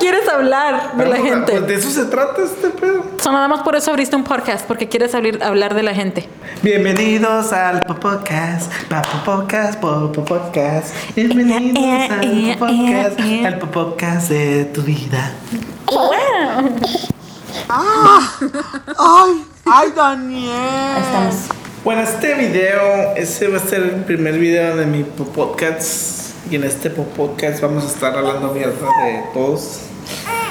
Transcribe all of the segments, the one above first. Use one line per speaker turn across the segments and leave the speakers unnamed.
quieres hablar de la
Pero,
gente.
pues, de eso se trata este pedo.
So, nada más por eso abriste un podcast, porque quieres hablar, hablar de la gente.
Bienvenidos al Popocast, Popocast, Popocast. Bienvenidos
Eh,
al
eh,
Popocast,
eh, eh.
al Popocast de tu vida.
Ah.
¡Ay! ¡Ay, Daniel!
Estamos.
Bueno, este video, ese va a ser el primer video de mi podcast. Y en este podcast vamos a estar hablando mierda de todos.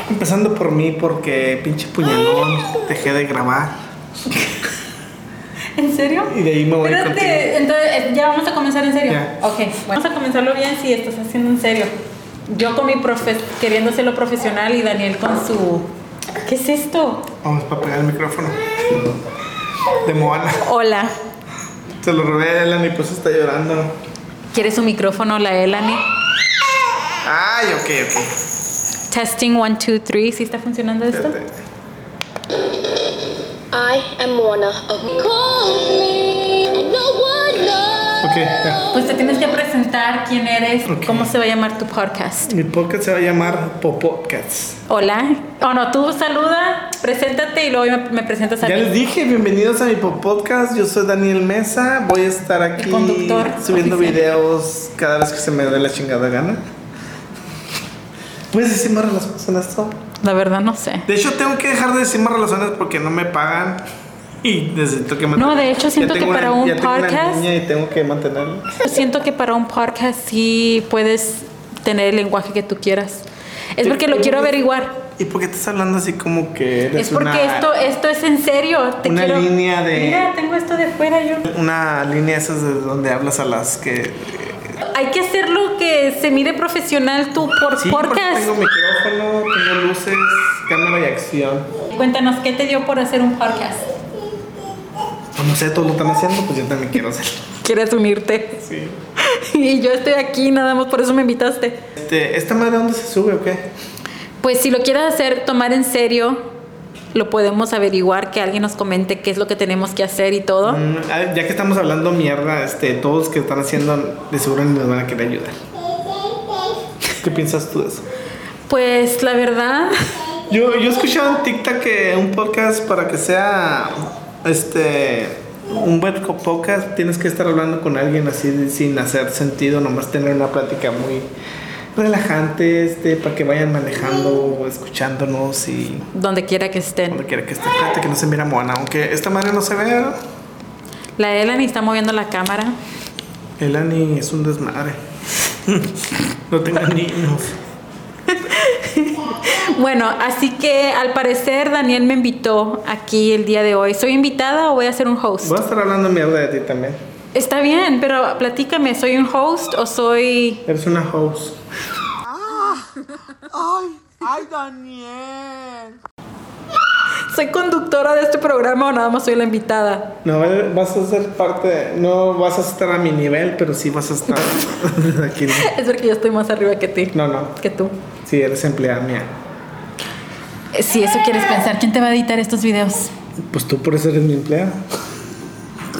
Empezando por mí, porque pinche puñalón, dejé de grabar.
¿En serio?
Y de ahí me voy
Espérate,
contigo.
entonces eh, ya vamos a comenzar en serio.
Ya.
Ok, bueno, vamos a comenzarlo bien si estás haciendo en serio. Yo con mi profe queriendo hacerlo profesional y Daniel con su ¿Qué es esto?
Vamos para pegar el micrófono. De Moana.
Hola.
Se lo robé a Elan y pues está llorando.
¿Quieres un micrófono la Elani?
Ay, ok, ok.
Testing 1 2 3, ¿sí está funcionando esto?
Espérate.
I am one of Call me and no one knows.
Ok, ya.
Pues te tienes que presentar quién eres,
Ok.
cómo se va a llamar tu podcast.
Mi podcast se va a llamar Popodcast.
Hola. Oh, no, tú saluda, preséntate y luego me, me presentas a
Ya
mí.
les dije, bienvenidos a mi Popodcast. Yo soy Daniel Mesa. Voy a estar aquí
conductor
subiendo
oficial.
videos cada vez que se me dé la chingada gana. Puedes decir más relaciones en esto.
La verdad no sé.
De hecho, tengo que dejar de decir más relaciones porque no me pagan. Y necesito que
No, de hecho,
Ya
siento que
tengo
para
una-
un
ya tengo una
podcast-
niña y tengo que mantenerla.
Yo siento que para un podcast sí puedes tener el lenguaje que tú quieras. Es
Sí,
porque lo
pero-
quiero averiguar.
¿Y por qué estás hablando así como que eres
Es porque
una-
esto esto es en serio. Te
una
quiero-
línea de-
Mira, tengo esto de fuera yo.
Una línea esas de donde hablas a las que...
Hay que hacerlo que se mire profesional tú por
Sí, porque
podcast.
tengo micrófono, tengo luces, cámara y acción.
Cuéntanos, ¿qué te dio por hacer un podcast?
Pues no sé, todos lo están haciendo, pues yo también quiero hacerlo.
¿Quieres unirte?
Sí.
Y yo estoy aquí, nada más por eso me invitaste.
Este, ¿Esta madre dónde se sube o qué?
Pues si lo quieres hacer, tomar en serio, lo podemos averiguar, que alguien nos comente qué es lo que tenemos que hacer y todo.
Mm, ah, ya que estamos hablando mierda, este, todos los que están haciendo de seguro nos van a querer ayudar. ¿Qué piensas tú de eso?
Pues la verdad,
Yo, yo he escuchado en TikTok que un podcast para que sea este un buen co- podcast tienes que estar hablando con alguien así de- sin hacer sentido, nomás tener una plática muy relajante, este, para que vayan manejando, o escuchándonos y
donde quiera que estén.
donde quiera que esté. Espérate que no se mira Moana, aunque esta madre no se vea,
La Elani está moviendo la cámara.
el Ani es un desmadre. no tengo niños.
Bueno, así que al parecer Daniel me invitó aquí el día de hoy. ¿Soy invitada o voy a ser un host?
Voy a estar hablando mierda de ti también.
Está bien, pero platícame, ¿soy un host o soy...
Eres una host.
¡Ay! ¡Ay, Daniel!
¿Soy conductora de este programa o nada más soy la invitada?
No, eh, vas a ser parte, no vas a estar a mi nivel, pero sí vas a estar aquí. ¿no?
Es porque yo estoy más arriba que ti.
No, no,
Que tú.
sí, eres empleada mía.
Eh, Si eso quieres pensar, ¿quién te va a editar estos videos?
Pues tú por eso eres mi empleada.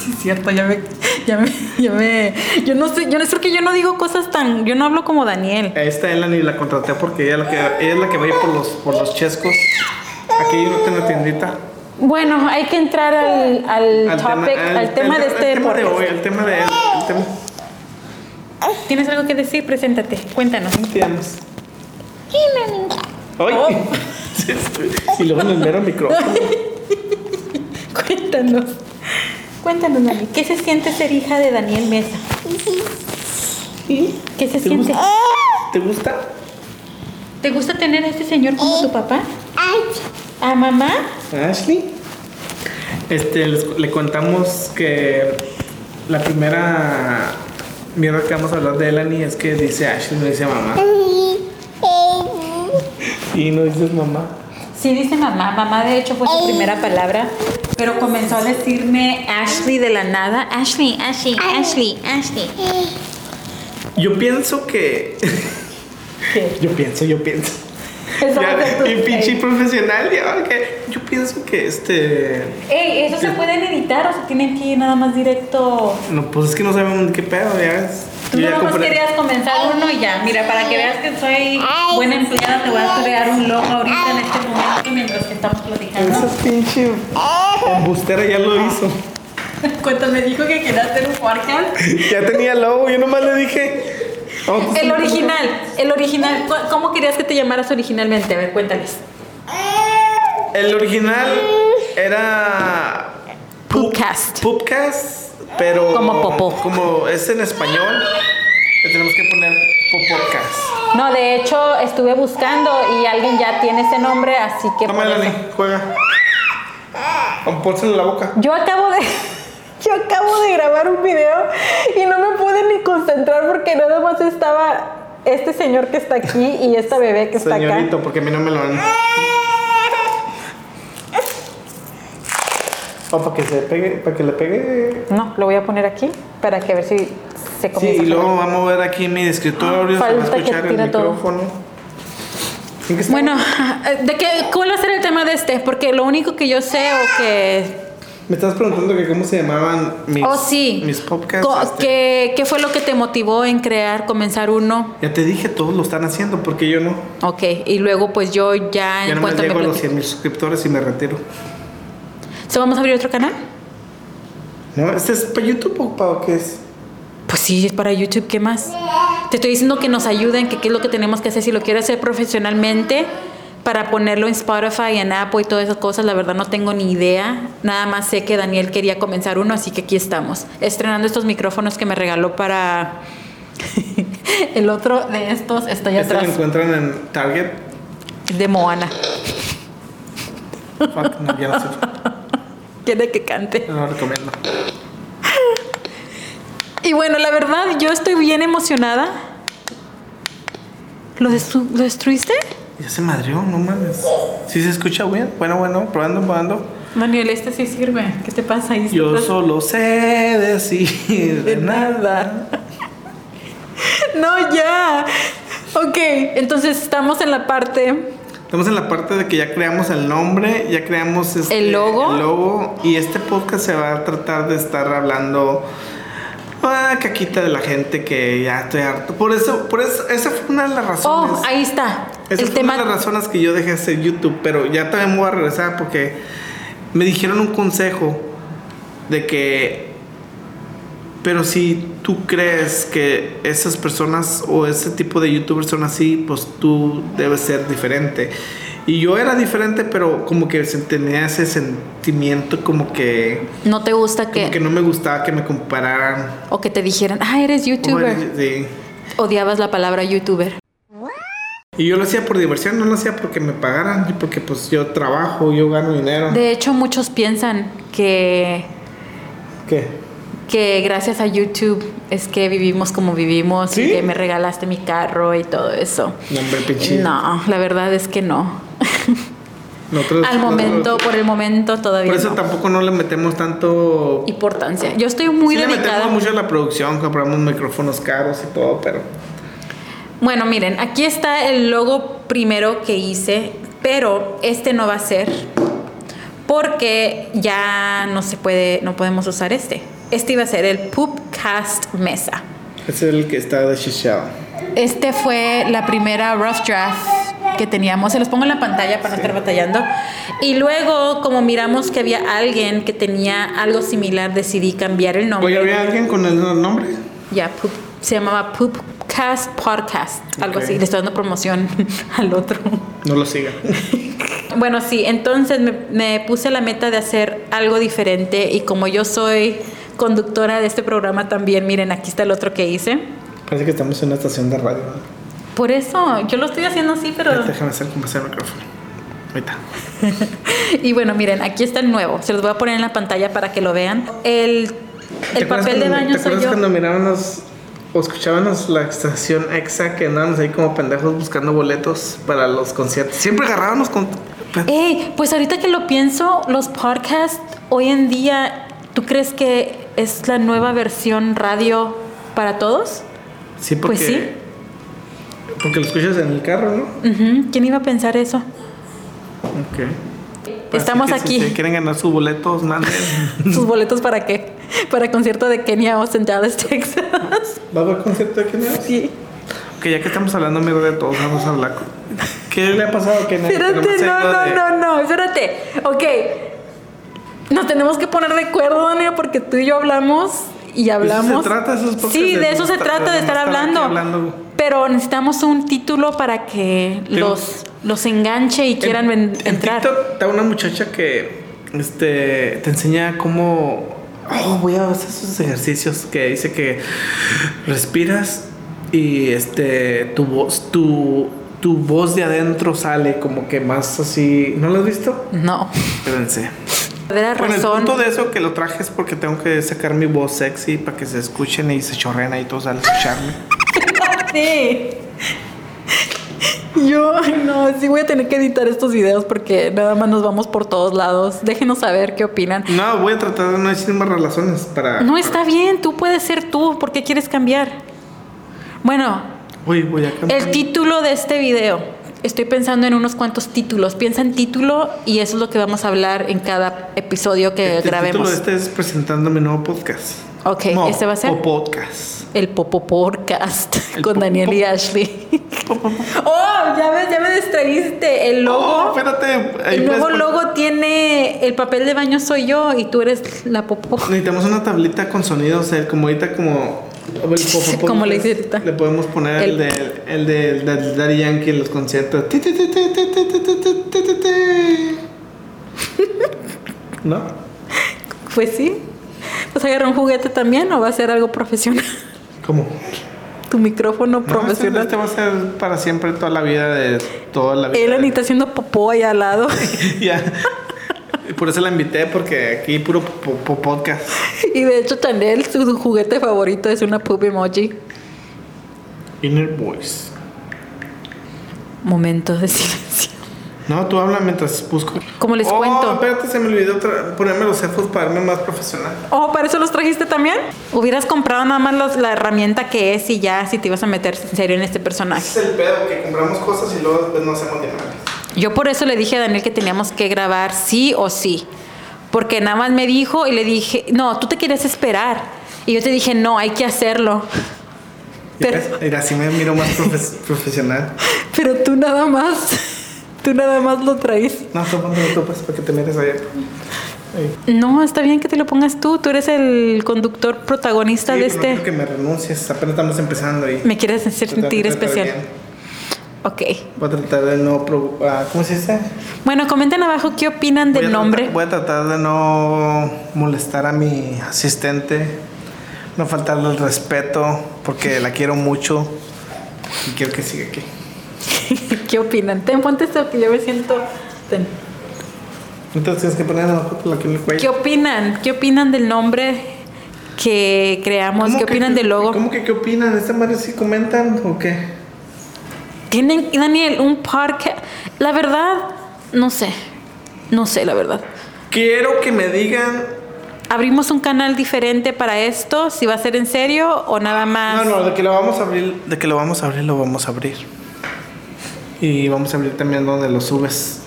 Sí, es cierto, ya me, ya me, ya me, yo no sé, yo no es porque yo no digo cosas tan, yo no hablo como Daniel.
A Esta Elani la contraté porque ella, es la que, ella es la que va a ir por los, por los chescos. Aquí yo no tengo tiendita.
Bueno, hay que entrar al, al, topic, al, tema
al-
de
al
este
tema de
podcast.
hoy, el tema de el tema.
¿Tienes algo que decir? Preséntate, cuéntanos.
¿Cómo te llamas? ¡Ay!
Oh.
Sí, estoy- y luego en el mero micrófono.
Cuéntanos. Cuéntanos, Dani, ¿qué se siente ser hija de Daniel Mesa? ¿Qué se
¿Te
siente?
gusta? ¿Te gusta?
¿Te gusta tener a este señor como tu papá? ¿A mamá?
Ashley. Este, les- le contamos que la primera mierda que vamos a hablar de Elani es que dice Ashley, no dice mamá. Y no dices mamá.
Sí, dice mamá. Mamá, de hecho, fue su primera palabra. Pero comenzó a decirme Ashley de la nada. Ashley, Ashley, Ashley, Ashley.
Yo pienso que.
¿Qué?
Yo pienso, yo pienso.
Eso va a ser
Ya,
tu
y pinche
face.
profesional, ya, ok. Yo pienso que este.
Ey, ¿eso se pueden editar o se tienen que ir nada más directo?
No, pues es que no sabemos qué pedo, ya ves.
Tú
Yo ya
nada más
compré.
querías comenzar uno y ya. Mira, para que veas que soy buena empleada, te voy a crear un logo ahorita en este momento mientras que estamos
Esa
platicando.
pinche embustera ya lo
Ah.
hizo.
Cuando me dijo que quería hacer un podcast,
Ya tenía logo, yo nomás le dije. vamos a hacer
el
un
original, el original, ¿cu- ¿cómo querías que te llamaras originalmente? A ver, cuéntales.
podcast. El original era. Pup-
Pupcast.
Pupcast, pero.
Como popó.
Como es en español, le tenemos que poner Popocast.
No, de hecho, estuve buscando y alguien ya tiene ese nombre, así que.
Toma,
por
Dani,
eso-
juega. Pónselo en la boca.
Yo acabo de. Yo acabo de grabar un video y no me pude ni concentrar porque nada más estaba este señor que está aquí y esta bebé que está acá.
Señorito, porque a mí no me lo han. O para que se pegue, para que le pegue.
No, lo voy a poner aquí para que a ver si se
Sí,
comienza.
y
a
luego vamos a ver aquí mi escritorio, se va a
Falta que
escuchar el
tire todo.
micrófono. ¿En qué está?
Bueno, eh, ¿de qué, ¿cuál va a ser el tema de este? Porque lo único que yo sé o que...
Me estás preguntando que cómo se llamaban mis,
oh, sí.
mis podcasts.
Co-
este.
¿qué, ¿Qué fue lo que te motivó en crear, comenzar uno?
Ya te dije, todos lo están haciendo, porque yo no.
Ok, y luego pues yo ya,
Ya
en
no me
cuanto me
llego a los
plati-
100 mil suscriptores y me retiro.
¿So vamos a abrir otro canal?
¿No? ¿Este es para YouTube o para qué es?
Pues sí, es para YouTube, ¿qué más? Te estoy diciendo que nos ayuden, que qué es lo que tenemos que hacer. Si lo quiero hacer profesionalmente, para ponerlo en Spotify, en Apple y todas esas cosas, la verdad no tengo ni idea. Nada más sé que Daniel quería comenzar uno, así que aquí estamos. Estrenando estos micrófonos que me regaló para... El otro de estos está allá
Este lo
atrás,
encuentran en Target.
de Moana.
Fuck, no, ya no sé.
Quiere que cante.
No lo recomiendo.
Y bueno, la verdad, yo estoy bien emocionada. ¿Lo, destru- lo destruiste?
Ya se madrió, no mames. Si se escucha bien, bueno, bueno, probando, probando.
Daniel, este sí pues. sirve. ¿Qué te pasa? Ahí
Yo
estás-
solo sé decir de nada.
No, ya. Ok, entonces estamos en la parte.
Estamos en la parte de que ya creamos el nombre, ya creamos este-
¿El logo?
el logo, y este podcast se va a tratar de estar hablando ah, caquita de la gente que ya estoy harto. Por eso, por eso, esa fue una de las razones.
Oh, ahí está.
Esa
el
fue una de las
tema.
razones que yo dejé de hacer YouTube, pero ya también me voy a regresar porque me dijeron un consejo de que, pero si tú crees que esas personas o ese tipo de YouTubers son así, pues tú debes ser diferente. Y yo era diferente, pero como que se- tenía ese sentimiento como que,
No te gusta
como
que.
que no me gustaba que me compararan.
O que te dijeran, ah, eres
Como
youtuber.
el- sí.
Odiabas la palabra youtuber.
Y yo lo hacía por diversión, no lo hacía porque me pagaran, porque pues yo trabajo, yo gano dinero.
De hecho, muchos piensan que.
¿Qué?
Que gracias a YouTube es que vivimos como vivimos y
¿Sí?
que me regalaste mi carro y todo eso.
No, hombre, pinche.
No, la verdad es que no.
Nosotros-
Al momento,
nosotros-
por el momento todavía
Por eso
no.
tampoco no le metemos tanto.
Importancia. Yo estoy muy
sí le
dedicada.
metemos mucho a la producción, compramos micrófonos caros y todo, pero.
Bueno, miren, aquí está el logo primero que hice, pero este no va a ser porque ya no se puede, no podemos usar este. Este iba a ser el Poopcast Mesa.
Ese es el que está deschichado.
Este fue la primera rough draft que teníamos. Se los pongo en la pantalla para no estar batallando. Y luego, como miramos que había alguien que tenía algo similar, decidí cambiar el nombre.
Oye, ¿había alguien con el nombre?
Ya, poop- se llamaba Poopcast Podcast, algo
Ok.
así. Le estoy dando promoción al otro.
No lo siga.
Bueno, sí, entonces me, me puse la meta de hacer algo diferente y como yo soy conductora de este programa también, miren, aquí está el otro que hice.
Parece que estamos en una estación de radio.
Por eso, yo lo estoy haciendo así, pero...
Déjame hacer como sea el micrófono. Ahorita.
Y bueno, miren, aquí está el nuevo. Se los voy a poner en la pantalla para que lo vean. El,
¿Te
el
acuerdas
papel de
cuando-
baño soy
¿Te acuerdas
yo.
cuando mirábamos o escuchábamos la estación EXA que andábamos ahí como pendejos buscando boletos para los conciertos? Siempre agarrábamos con.
Ey, pues ahorita que lo pienso, los podcasts hoy en día, ¿tú crees que es la nueva versión radio para todos?
Sí, porque.
Pues sí.
Porque lo escuchas en el carro, ¿no? Ah,
Ujú, ¿Quién iba a pensar eso?
Ok. Así
Pues Estamos
que
aquí.
Si se quieren ganar sus boletos, manden.
¿Sus boletos para qué? Para concierto de Kenia Austin, Dallas, Texas.
¿Va a haber concierto de Kenia?
Sí.
Que ya que estamos hablando mierda de todos, vamos a hablar. con- ¿Qué le ha pasado a Kenia?
Espérate, no, no, no, no, espérate. Ok. Nos tenemos que poner de acuerdo, Daniel, porque tú y yo hablamos y hablamos.
se trata, eso es porque
Sí,
de-
de eso se
de-
trata,
de
de estar
estar aquí
hablando.
hablando.
Pero necesitamos un título para que
Tengo-
los, los enganche y quieran
En-
ven- entrar.
En TikTok está una muchacha que este, te enseña cómo. Oh, voy a hacer esos ejercicios que dice que respiras y este tu voz, tu, tu voz de adentro sale como que más así. ¿No lo has visto?
No.
Espérense.
De la
Bueno, el
razón.
punto de eso que lo traje es porque tengo que sacar mi voz sexy para que se escuchen y se chorren ahí todos al escucharme.
Sí. Yo, ay, no, sí voy a tener que editar estos videos porque nada más nos vamos por todos lados. Déjenos saber qué opinan.
No, voy a tratar de no decir más relaciones para.
No está bien, tú puedes ser tú, ¿por qué quieres cambiar? Bueno,
Uy, voy a cantar.
el título de este video. Estoy pensando en unos cuantos títulos. Piensa en título y eso es lo que vamos a hablar en cada episodio que
Este,
Eh, grabemos.
El título de este es presentando mi nuevo podcast.
Ok, ¿este va a ser?
O podcast.
El Popo Podcast
El
con
Popo-
Daniel y Ashley. oh, ya me, ya me distraíste. El
Oh,
logo.
espérate. ahí
el nuevo
puedes-
logo tiene el papel de baño soy yo y tú eres la Popo.
Necesitamos una tablita con sonido, o sea, como ahorita como... el pop- pop-
Como le hice ahorita.
Le podemos poner el,
El-
de, el de, el de Daddy Yankee en los conciertos. Ti, ti, ti, ti, ti, ti, ti, ti, ti, ti, ti. ¿No?
Pues sí. ¿Vas a agarrar un juguete también o va a ser algo profesional?
¿Cómo?
Tu micrófono
No, este,
profesional.
este va a ser para siempre toda la vida de toda la vida.
Él
de-
Anita haciendo popó ahí al lado
Ya. Por eso la invité, porque aquí puro po- po- podcast.
y de hecho Chanel su, su juguete favorito es una poop emoji.
Inner Voice.
Momentos de silencio.
No, tú habla mientras busco.
Como les
Oh,
cuento.
Espérate, se me olvidó tra- ponerme los headphones para verme más profesional.
Oh, ¿para eso los trajiste también? Hubieras comprado nada más los- la herramienta que es y ya si te ibas a meter en serio en este personaje.
Ese es el pedo, que compramos cosas y luego después no hacemos dinero.
Yo por eso le dije a Daniel que teníamos que grabar sí o sí. Porque nada más me dijo y le dije, no, tú te quieres esperar. Y yo te dije, no, hay que hacerlo. Pero-
Mira, Mira, así me miro más profe- profesional.
Pero tú nada más, tú nada más lo traes.
No, tú ponte tú, pues, para que te mires allá. Ahí.
No, está bien que te lo pongas tú. Tú eres el conductor protagonista
Sí,
de
pero no quiero
este.
que me renuncies, apenas estamos empezando ahí.
Me quieres hacer
Tratar de
sentir
tratar
especial.
bien.
Ok.
Voy a tratar de no... pro- ah, ¿Cómo se dice?
Bueno, comenten abajo qué opinan
Voy
del
a tratar-
nombre.
voy a tratar de no molestar a mi asistente, no faltarle el respeto, porque la quiero mucho y quiero que siga aquí.
¿Qué opinan? Ten, ponte esto que yo me siento. Ten.
Entonces tienes que poner la foto aquí en el
¿Qué
cuello.
opinan? ¿Qué opinan del nombre que creamos?
¿Cómo
¿Qué
que-
opinan del logo?
¿Cómo que qué opinan? ¿Esta madre sí comentan o qué?
Tienen, Daniel, un parque. La verdad, no sé. No sé, la verdad.
Quiero que me digan.
¿Abrimos un canal diferente para esto? ¿Si va a ser en serio o nada más?
No, no, de que lo vamos a abrir. De que lo vamos a abrir, lo vamos a abrir. Y vamos a abrir también donde lo subes.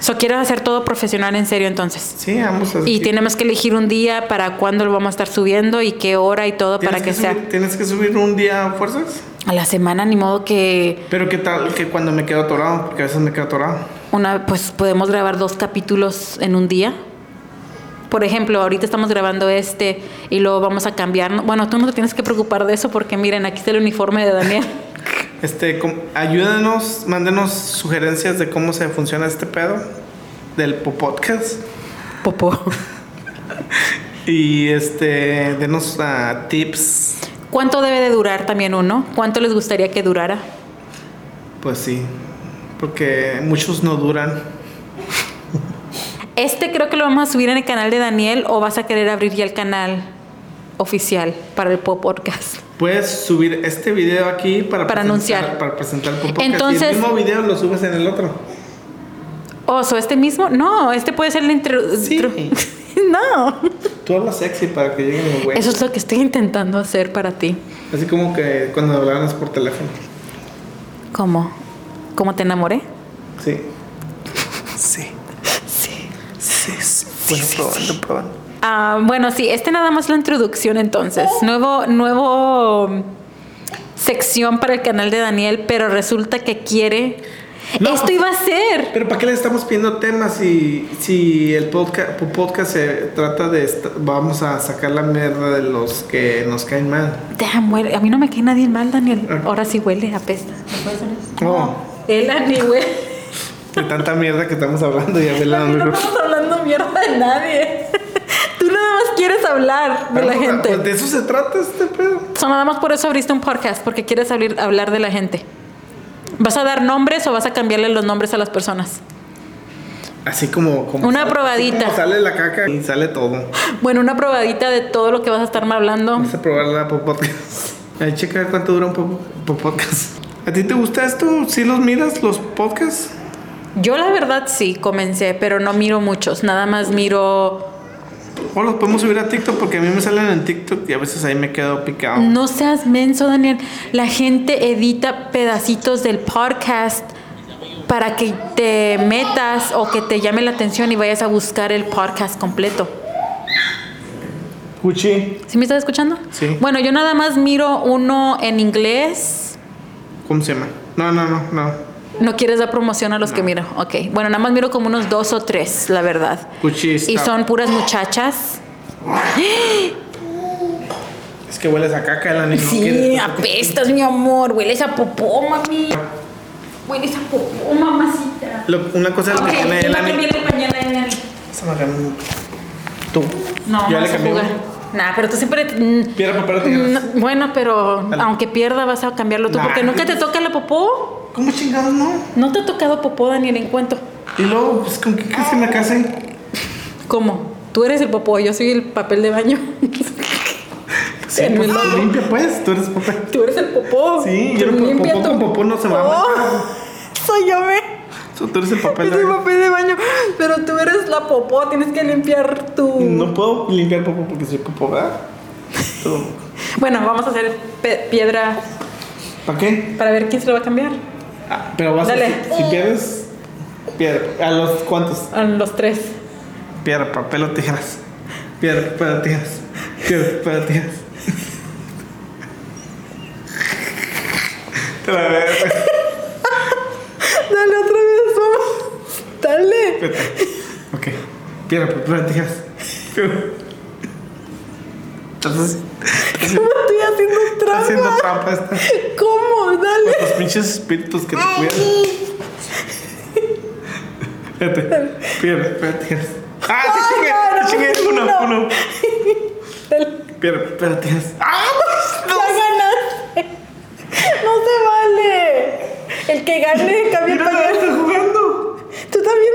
So, ¿Quieres hacer todo profesional en serio entonces?
Sí, ambos.
Y
así.
tenemos que elegir un día para cuándo lo vamos a estar subiendo y qué hora y todo
Tienes
para que, sea.
subir- ¿Tienes que subir un día a fuerzas?
A la semana, ni modo que
Pero qué tal que cuando me quedo atorado, porque a veces me quedo atorado.
una, pues podemos grabar dos capítulos en un día. Por ejemplo, ahorita estamos grabando este y luego vamos a cambiar. Bueno, tú no te tienes que preocupar de eso porque miren, aquí está el uniforme de Daniel.
Este, com- ayúdenos, mándenos sugerencias de cómo se funciona este pedo del po- podcast
Popó.
y este, denos ah, tips,
¿Cuánto debe de durar también uno? ¿Cuánto les gustaría que durara?
pues sí, porque muchos no duran.
Este creo que lo vamos a subir en el canal de Daniel o vas a querer abrir ya el canal oficial para el Pop Podcast.
Puedes subir este video aquí para,
Para
presentar-
anunciar.
para presentar el po- podcast. y
Entonces-
el mismo video lo subes en el otro.
Oso, este mismo, no, este puede ser el intro.
Sí.
intro- no.
Tú hablas sexy para que lleguen los güeyes.
Eso es lo que estoy intentando hacer para ti.
Así como que cuando hablábamos por teléfono.
¿Cómo? ¿Cómo te enamoré?
Sí. Sí. Bueno, probando, probando.
Ah, bueno, sí, este nada más la introducción entonces. Nuevo, nuevo mm, sección para el canal de Daniel, pero resulta que quiere.
No.
Esto iba a ser.
Pero ¿para qué le estamos pidiendo temas si, si el podcast, podcast se trata de... esta- vamos a sacar la mierda de los que nos caen mal?
Damn, huele- A mí no me cae nadie mal, Daniel.
Ah.
Ahora sí huele, apesta.
Oh,
Él a mí, güey.
de tanta mierda que estamos hablando y
No estamos hablando mierda de nadie. Tú nada más quieres hablar de la gente.
pues, De eso se trata este pedo.
So, nada más por eso abriste un podcast, porque quieres abrir- hablar de la gente. ¿Vas a dar nombres o vas a cambiarle los nombres a las personas?
Así como... como
Una
así
probadita.
como sale la caca y sale todo.
Bueno, una probadita de todo lo que vas a estarme hablando.
Vamos a probar la po- podcast. Ahí checa cuánto dura un po- po- podcast. ¿A ti te gusta esto? ¿Sí los miras los podcasts?
Yo la verdad sí comencé, pero no miro muchos. Nada más miro...
O los podemos subir a TikTok porque a mí me salen en TikTok y a veces ahí me quedo picado.
No seas menso, Daniel. La gente edita pedacitos del podcast para que te metas o que te llame la atención y vayas a buscar el podcast completo.
Cuchi.
¿Sí me estás escuchando?
Sí.
Bueno, yo nada más miro uno en inglés.
¿Cómo se llama? No, no, no, no.
No quieres dar promoción a los que miro. Ok. Bueno, nada más miro como unos dos o tres, la verdad.
Cuchi.
Y
stop.
son puras muchachas.
Es que hueles a caca, la niña.
Sí, apestas, mi amor. Hueles a popó, mami. Hueles a popó, mamacita.
una cosa es lo
Ok,
que tiene
yo
el
no cambié
anime.
el pañal a Elani.
Se me cambió. Tú.
No,
ya
vamos
le
a
cambié.
jugar. Nah, pero tú siempre... mm,
Piedra, papel o tijeras.
no, bueno, pero
Dale.
aunque pierda vas a cambiarlo tú,
Nah.
porque nunca te toca la popó.
¿Cómo chingados no?
No te ha tocado popó, Daniel, en cuento.
Y luego, pues, ¿con qué crees que me case?
¿Cómo? Tú eres el popó, yo soy el papel de baño.
Sí,
En
pues,
el
tú
lodo.
limpia, pues. Tú eres papá.
Tú eres el popó.
Sí,
Tú
yo no-
limpia
popó
tu-
con popó no se va a
Oh,
manchar.
soy yo, ve.
Tú tú eres el papel.
Es el
de-
papel de baño. Pero tú eres la popó, tienes que limpiar tu.
No puedo limpiar popo porque soy popo, ¿verdad? Pero,
Bueno, vamos a hacer pe- piedra
¿Para qué?
para ver quién se lo va a cambiar.
Ah, pero vas
Dale.
a. Si pierdes. Piedra. ¿A los cuántos?
A los tres.
Piedra, papel o tijeras. Piedra, papel o tijeras. Piedra, papel o tijeras. Te la verga.
Dale otra vez, vamos. Dale.
Espérate. Ok. Piedra, papel o tijeras. Entonces.
¿Cómo estoy haciendo
Está haciendo
trampa?
trampa esta.
¿Cómo? Dale.
Los pinches espíritus que te cuidan. Espérate, pierde, espérate. ¡Ah, te chingué! ¡Te chingué! Uno,
no.
uno. Pues,
Dale.
Pierde, espérate. ¡Ah!
La ganaste. No se vale. El que gane cambia el
Ah, ¡Mira,
pañal.
la está jugando!
¿Tú también?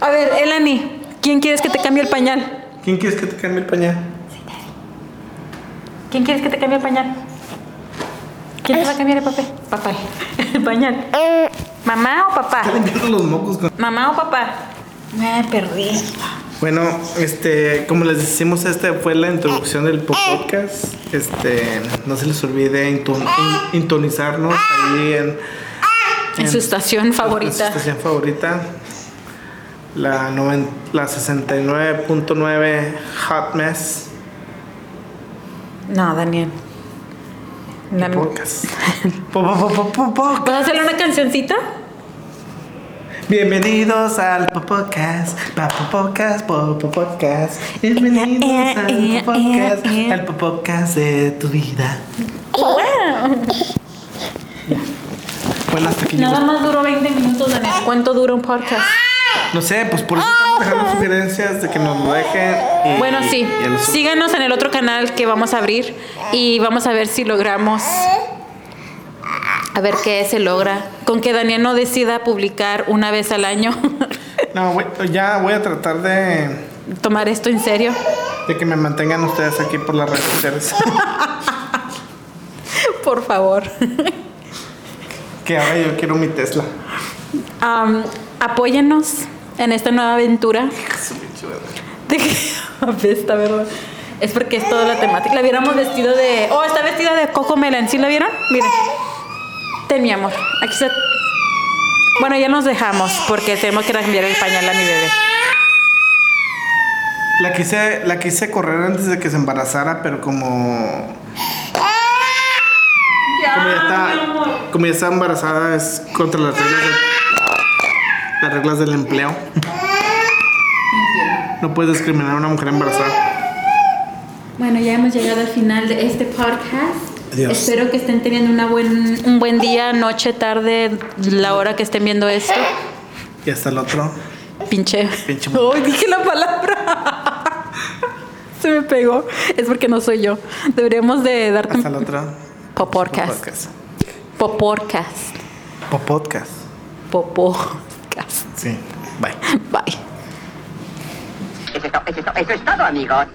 A ver, Elani, ¿quién quieres que te cambie el pañal?
¿Quién quieres que te cambie el pañal?
¿Quién quieres que te cambie el pañal? ¿Quién te va a cambiar el papel? Papá. El pañal. ¿Mamá o papá?
Está limpiando los mocos con...
¿Mamá o papá? Me perdí.
Bueno, este, como les decimos, esta fue la introducción del po- podcast. Este, no se les olvide inton- in- intonizarnos ahí en...
En su estación
Nuestra
favorita.
estación favorita. La, noven- la 69.9 Hot Mess
No, Daniel. Dame-
Podcast. Po- po- po- po- po-
¿Vas a hacerle una cancioncita?
Bienvenidos al po- podcast, pa- po- podcast, po- po- podcast.
Eh,
Bienvenidos al po- podcast, al po- podcast de tu vida.
Oh,
Bueno, hasta aquí
Nada
llegó.
más duró 20 minutos, Daniel. ¿Cuánto dura un podcast?
No sé, pues por eso estamos dejando sugerencias de que nos lo dejen. y-
Ah. Bueno, sí.
y a los-
Síganos en el otro canal que vamos a abrir y vamos a ver si logramos. A ver qué se logra. Con que Daniel no decida publicar una vez al año.
No, voy- ya voy a tratar de...
Tomar esto en serio.
De que me mantengan ustedes aquí por las redes sociales.
Por favor.
que ahora yo quiero mi Tesla.
Am, apóyennos en esta nueva aventura. De que apesta, ¿verdad? Es porque es toda la temática. La viéramos vestido de. Oh, está vestida de Coco Melon. ¿Sí la vieron? Miren. Ten mi amor. Aquí está. Bueno, ya nos dejamos porque tenemos que cambiar el pañal a mi bebé.
La quise, la quise correr antes de que se embarazara, pero como. Como ya
Ah,
está, como ya está embarazada, es contra las reglas, de- las reglas del empleo. No puedes discriminar a una mujer embarazada.
Bueno, ya hemos llegado al final de este podcast.
Adiós.
Espero que estén teniendo una buen, un buen día, noche, tarde, la hora que estén viendo esto.
Y hasta el otro.
Pinche.
Pinche
Ay, dije la palabra. Se me pegó. Es porque no soy yo. Deberíamos de darte
Hasta el
un
otro.
poporcast.
Podcast.
Poporcast.
Podcast.
Poporcast.
Sí. Bye.
Bye.
Eso es todo, eso es todo, amigos.